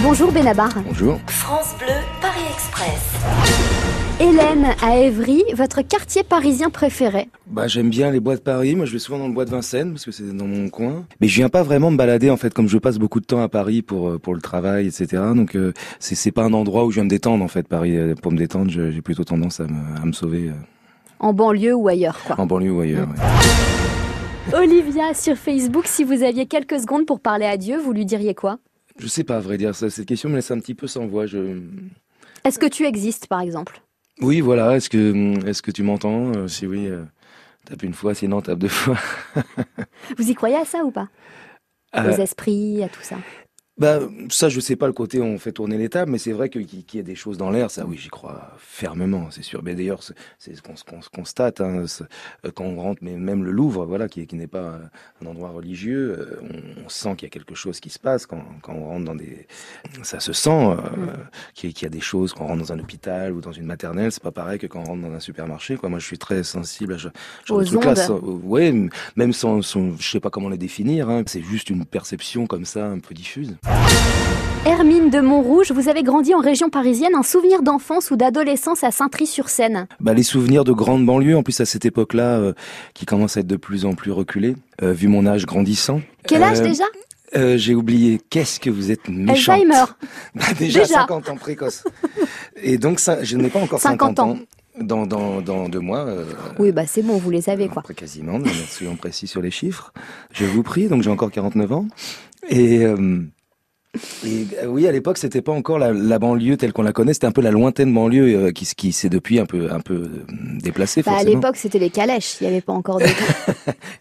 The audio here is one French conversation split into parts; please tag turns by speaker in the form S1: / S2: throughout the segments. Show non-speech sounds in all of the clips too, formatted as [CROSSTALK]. S1: Bonjour Benabar.
S2: Bonjour.
S3: France Bleu, Paris Express.
S1: Hélène à Évry, votre quartier parisien préféré
S2: Bah, j'aime bien les bois de Paris. Moi, je vais souvent dans le bois de Vincennes parce que c'est dans mon coin. Mais je viens pas vraiment me balader en fait, comme je passe beaucoup de temps à Paris pour euh, pour le travail, etc. Donc euh, c'est c'est pas un endroit où je viens me détendre en fait. Paris Euh, pour me détendre, je- j'ai plutôt tendance à me à me sauver euh,
S1: En banlieue ou ailleurs, quoi.
S2: en banlieue ou ailleurs. ouais.
S1: Olivia sur Facebook, si vous aviez quelques secondes pour parler à Dieu, vous lui diriez quoi
S2: Je sais pas à vrai dire ça. Cette question me laisse un petit peu sans voix. Je
S1: Est-ce que tu existes, par exemple
S2: oui, voilà. Est-ce que est-ce que tu m'entends Euh, Si oui, euh, tape une fois. Sinon, tape deux fois.
S1: Vous y croyez à ça ou pas
S2: Euh,
S1: Aux esprits, à tout ça.
S2: Bah, ça, je sais pas le côté où on fait tourner les tables, mais c'est vrai que- qu'il qu'il y a des choses dans l'air, ça, oui, j'y crois fermement, c'est sûr. Mais d'ailleurs, c'est- c'est ce qu'on ce qu'on se constate hein, ce- euh, quand on rentre, mais même le Louvre, voilà, qui, qui n'est pas euh, un endroit religieux, euh, on, on sent qu'il y a quelque chose qui se passe quand, quand on rentre dans des, ça se sent euh,
S1: Mm-hmm.
S2: qu'il y- qu'il y a des choses quand on rentre dans un hôpital ou dans une maternelle, c'est pas pareil que quand on rentre dans un supermarché. Quoi, moi, je suis très sensible à ce genre
S1: Aux
S2: de trucs-là.
S1: ondes.
S2: sans- Ouais, m- même sans, sans, je sais pas comment les définir. Hein, c'est juste une perception comme ça, un peu diffuse.
S1: Hermine de Montrouge, vous avez grandi en région parisienne, un souvenir d'enfance ou d'adolescence à Saint-Try-sur-Seine.
S2: bah, les souvenirs de grandes banlieues, en plus à cette époque-là, euh, qui commence à être de plus en plus reculée, euh, vu mon âge grandissant.
S1: Quel âge
S2: Euh,
S1: déjà
S2: euh, J'ai oublié, qu'est-ce que vous êtes méchante
S1: Alzheimer.
S2: [LAUGHS] Bah, déjà,
S1: Déjà.
S2: 50 ans précoce. Et donc, ça, je n'ai pas encore
S1: 50
S2: 50,
S1: ans.
S2: ans. Dans, dans, dans deux mois, euh,
S1: Oui, bah c'est bon, vous les avez, quoi.
S2: après quasiment, mais soyons précis sur les chiffres. Je vous prie, donc j'ai encore 49 ans. Et, euh, et, euh, oui, à l'époque, c'était pas encore la, la banlieue telle qu'on la connaît, c'était un peu la lointaine banlieue euh, qui, s- qui s'est depuis un peu, un peu euh, déplacée.
S1: Bah, à
S2: forcément.
S1: l'époque, c'était les calèches, il n'y avait pas encore
S2: [LAUGHS]
S1: de...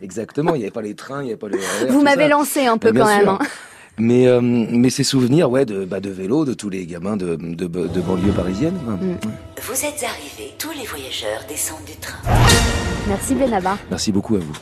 S2: Exactement, il n'y avait pas les trains, il n'y avait pas les. RER,
S1: Vous
S2: tout
S1: m'avez
S2: ça. Bah,
S1: lancé un peu
S2: Bien
S1: quand même.
S2: sûr.
S1: hein.
S2: Mais, euh, mais ces souvenirs, ouais, de, bah, de vélo, de tous les gamins de, de, de banlieue parisienne. hein. quoi.
S1: Mm.
S3: Vous êtes arrivés, tous les voyageurs descendent du train.
S1: Merci Benabar.
S2: Merci beaucoup à vous.